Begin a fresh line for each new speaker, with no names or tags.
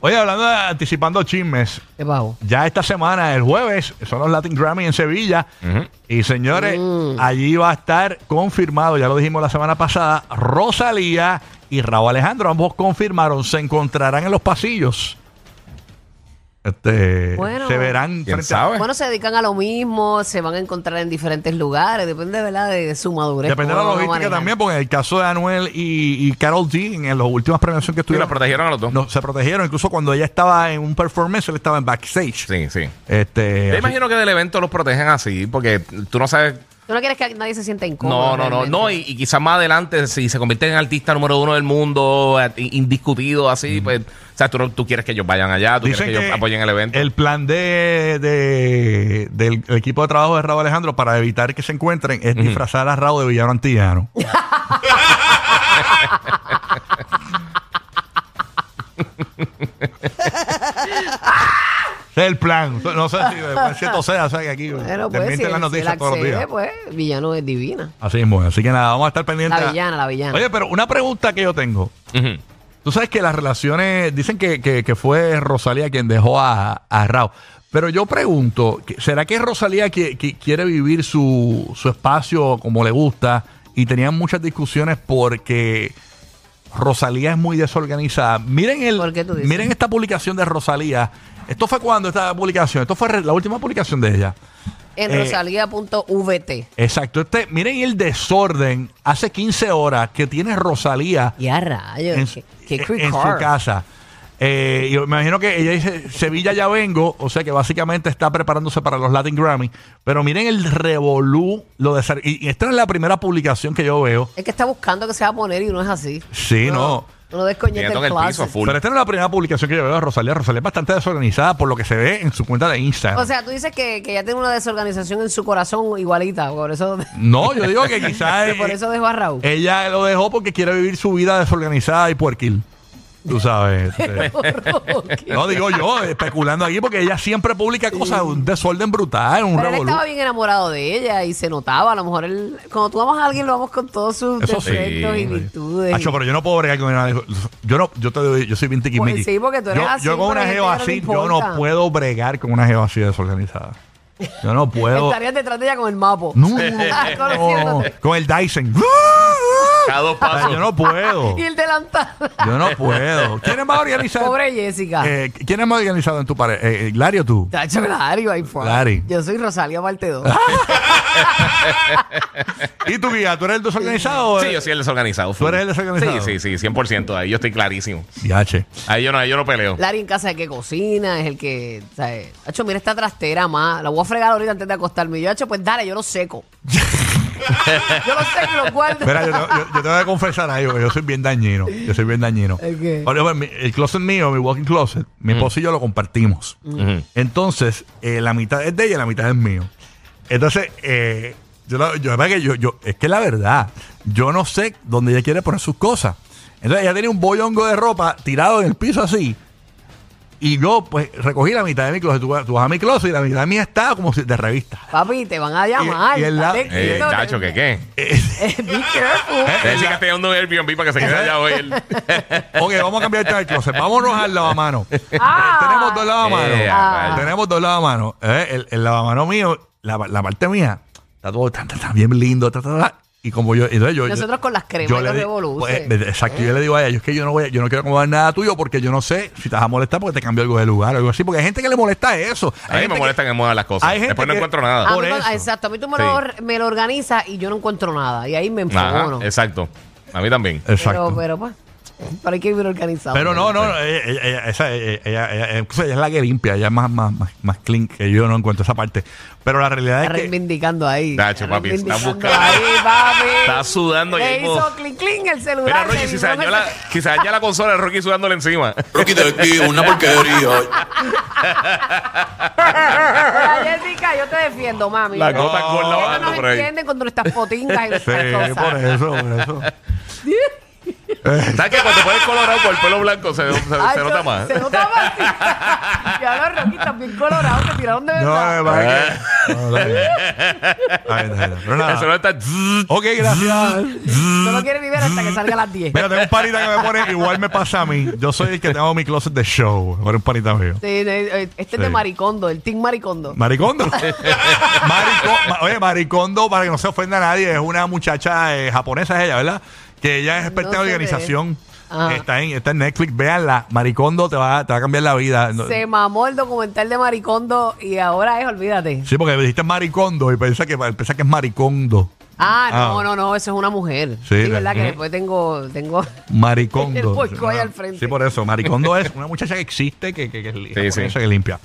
Oye, hablando de anticipando chismes,
¿Qué pavo?
ya esta semana, el jueves, son los Latin Grammy en Sevilla. Y señores,
Mm.
allí va a estar confirmado, ya lo dijimos la semana pasada, Rosalía y Raúl Alejandro. Ambos confirmaron, se encontrarán en los pasillos. Este,
Bueno.
se verán
¿Quién
a-
sabe?
Bueno, se dedican a lo mismo, se van a encontrar en diferentes lugares, depende, ¿verdad? De su madurez.
Depende de la
Pues, cómo lo van a
logística
manejar.
también, porque en el caso de Anuel y, y Carol G, en las últimas premiaciones que
Sí, los
estuvieron,
protegieron a los dos.
no, se protegieron. Incluso cuando ella estaba en un performance, él estaba en backstage.
Sí, sí.
Este,
Yo
así-
imagino que del evento los protegen así, porque tú no sabes.
Tú no quieres que nadie se sienta incómodo.
No, no, no, no. Y, y quizás más adelante, si se convierten en artista número uno del mundo, eh, indiscutido, así, pues. O sea, tú, no- tú quieres que ellos vayan allá, tú
Mm. Dicen
quieres que, ellos apoyen el evento.
el plan de, de- del equipo de trabajo de Raúl Alejandro para evitar que se encuentren es disfrazar a Raúl de villano antillano. Ese es el plan. No sé si de cierto sea, o sea que aquí
Pero
desmienten
pues, si
las
él- si él
noticias todos los
accede,
días.
pues, villano es divina.
Así es, bueno. Así que nada, vamos a estar pendientes.
La
a-
villana, la villana.
Oye, pero una pregunta que yo tengo.
Ujú.
Tú sabes que las relaciones, dicen que, que- que fue Rosalía quien dejó a, a Rao. Pero yo pregunto, que- ¿será que Rosalía qui- qui- quiere vivir su, su espacio como le gusta? Y tenían muchas discusiones porque Rosalía es muy desorganizada. Miren, el,
¿Por qué tú dices?
miren esta publicación de Rosalía. Esto fue cuando esta publicación, esto fue re- la última publicación de ella.
En
Eh,
rosalía.vt.
Exacto, este, miren el desorden hace 15 horas que tiene Rosalía
Y a rayos.
en,
qué- qué
en-
creep
en su
car.
casa. Eh, yo me imagino que ella dice, Sevilla ya vengo, o sea que básicamente está preparándose para los Latin Grammy. Pero miren el revolú, lo de ser- y, y esta es la primera publicación que yo veo.
Es que está buscando que se va a poner y no es así.
Sí, no.
Uno descoñete
Quieto en el piso, full.
Pero esta no es la primera publicación que yo veo de Rosalía. Rosalía es bastante desorganizada por lo que se ve en su cuenta de Instagram.
O sea, tú dices que, que ya tiene una desorganización en su corazón igualita. Por eso,
no, yo digo que quizás
por eso dejó a
eh,
Raúl.
ella lo dejó porque quiere vivir su vida desorganizada y puerquil. Tú sabes. este. No digo yo, especulando aquí, porque ella siempre publica cosas, un desorden brutal, un
Pero él
revolú.
estaba bien enamorado de ella y se notaba. A lo mejor él, cuando tú amas a alguien, lo amas con todos sus
Eso sí.
defectos y
Sí.
virtudes.
Hacho, pero yo no puedo bregar con una Yo no, yo te doy, yo soy bien tiquismiqui.
Pues sí, porque tú eres
yo,
así,
Yo con
pero
una
hay gente
jeva
que no le
así, yo
importa.
no puedo bregar con una jeva así desorganizada. Yo no puedo.
Estarías detrás de ella con el mapo.
No, no,
Conociéndote.
con el Dyson.
Cada dos
O sea,
pasos.
yo no puedo.
Y el delantal.
Yo no puedo. ¿Quién es más organizado?
Pobre
Ah.
Jessica.
Eh, ¿Quién es más organizado en tu pareja? Eh, eh, ¿Glario o tú?
Te ha hecho Lari, by far.
Lari.
Yo soy Rosalía parte 2.
¿Y tu guía? ¿Tú eres el desorganizado?
Sí, yo soy el desorganizado.
¿Tú eres el
full.
desorganizado?
Sí, sí, sí, 100%. Ahí yo estoy clarísimo.
Yache.
Ahí yo no, ahí yo no peleo.
Lari en casa es el que cocina, es el que. ¿sabes? Hacho, mira esta trastera más. La voy a fregar ahorita antes de acostarme. Y yo, Hacho, pues dale, yo lo seco. yo lo seco y lo guardo.
Mira, yo, te- yo- yo te voy a confesar algo, que yo soy bien dañino. Yo soy bien dañino.
¿El qué?
Ahora, bueno, mi- el closet mío, mi walking closet, mi esposo y yo lo compartimos.
Ujú.
Entonces, eh, la mitad es de ella y la mitad es mío. Entonces, eh, yo, la- yo, la verdad que yo, yo- es que la verdad, yo no sé dónde ella quiere poner sus cosas. Entonces, ella tenía un bollongo de ropa tirado en el piso así. Y yo, pues, recogí la mitad de mi closet. Tú, vas- tú vas a mi closet y la mitad mía está como si de revista.
Papi, te van a llamar.
Y- y el la-
Dale,
Eh,
quito,
Chacho,
te-
¿qué qué?
Eh,
Be careful.
Esa chica está dando un Airbnb para que se quede allá hoy. él.
Ok, vamos a cambiar el tema del closet. Vámonos al lavamano.
Ah.
Tenemos dos lavamanos.
Eh, ah.
Tenemos dos lavamanos. Eh, el, el lavamano mío, la, la parte mía, está todo tan, tan, tan bien lindo. ta, ta, ta. Y como yo, entonces yo- yo-
Nosotros con las cremas
yo
y
le
los
di-
revoluces.
pues, exacto, yo le digo a ella, yo es que yo no voy, a- yo no quiero acomodar nada tuyo porque yo no sé si te vas a molestar porque te cambió algo de lugar o algo así. Porque hay gente que le molesta eso.
A mí me molestan en moda las cosas.
hay gente
Después no
que-
encuentro
A mí
nada.
por
no-
eso.
Exacto, a mí tú me, lo, me lo organizas y yo no encuentro nada. Y ahí me
Ah,
Ajá,
enfogono.
exacto. A mí también.
Exacto.
Pero, pero, pues. Pero hay que vivir organizado.
Pero no, no, no, ella, ella- esa- ella- ella- ella- incluso ella es la que limpia, ella es más, más, más, más clean que yo, no encuentro esa parte. Pero la realidad
Está
es que
reivindicando ahí.
Tacho, papi, está
reivindicando
buscando.
Ahí, papi.
Está sudando y
Le
ahí,
hizo
mo-
clink clink el celular.
Mira, Rocky,
del
si se dañó la,
profesor.
si se dañó la consola, Rocky sudándole encima.
Rocky de aquí, una porquería.
Hola, Jessica, yo te defiendo, mami.
La gota con la
Ellos
banda
no
por ahí.
entienden con nuestras potingas y nuestras
Sí, por
cosas.
eso, por eso.
¿Sabes que cuando pones colorado por el pelo blanco se, se- se
Ay, yo-
nota más?
Se nota más. ya los roquitas bien colorados te tiraron de
No, eh,
verdad.
me parece que- no, está bien. Está bien, está bien. Pero nada.
El celular está.
Ok, gracias.
No, lo quieren ni ver hasta que salga a las 10.
Mira, tengo un parita que me pone, igual me pasa a mí. Yo soy el que tengo mi closet de show. Ahora un parita mío.
Sí, eh, eh, Este es de
Sí.
Maricondo, el Team Maricondo.
Maricondo. Marico- ma- oye, Maricondo, para que no se ofenda a nadie, es una muchacha eh, japonesa, es ella, ¿verdad? Que ella es experta en
No Ah. sé de-
organización.
Ajá.
Está en, está en Netflix, véanla. Maricondo te va, te va a cambiar la vida. No-
Se mamó el documental de Maricondo y ahora es, olvídate.
Sí, porque me dijiste Maricondo y pensé que, pensé que es Maricondo.
Ah, no,
Ah.
no, no, eso es una mujer.
Sí,
Sí, verdad
la-
que
mm.
después tengo, tengo.
Maricondo. Ah,
El boicot ahí al frente.
Sí, por eso. Maricondo es una muchacha que existe, que, que, que es
Sí,
japonesa,
sí.
que limpia.